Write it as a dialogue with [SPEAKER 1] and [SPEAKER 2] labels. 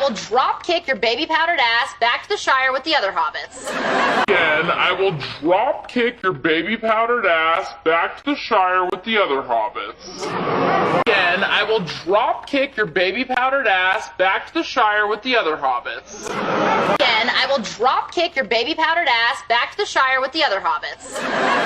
[SPEAKER 1] will drop kick your baby powdered ass back to the Shire with the other hobbits.
[SPEAKER 2] Again, I will drop kick your baby powdered ass back to the Shire with the other hobbits. Again, I will drop kick your baby powdered ass back to the Shire with the other hobbits.
[SPEAKER 1] Again, I will drop kick your baby powdered ass back to the Shire with the other hobbits.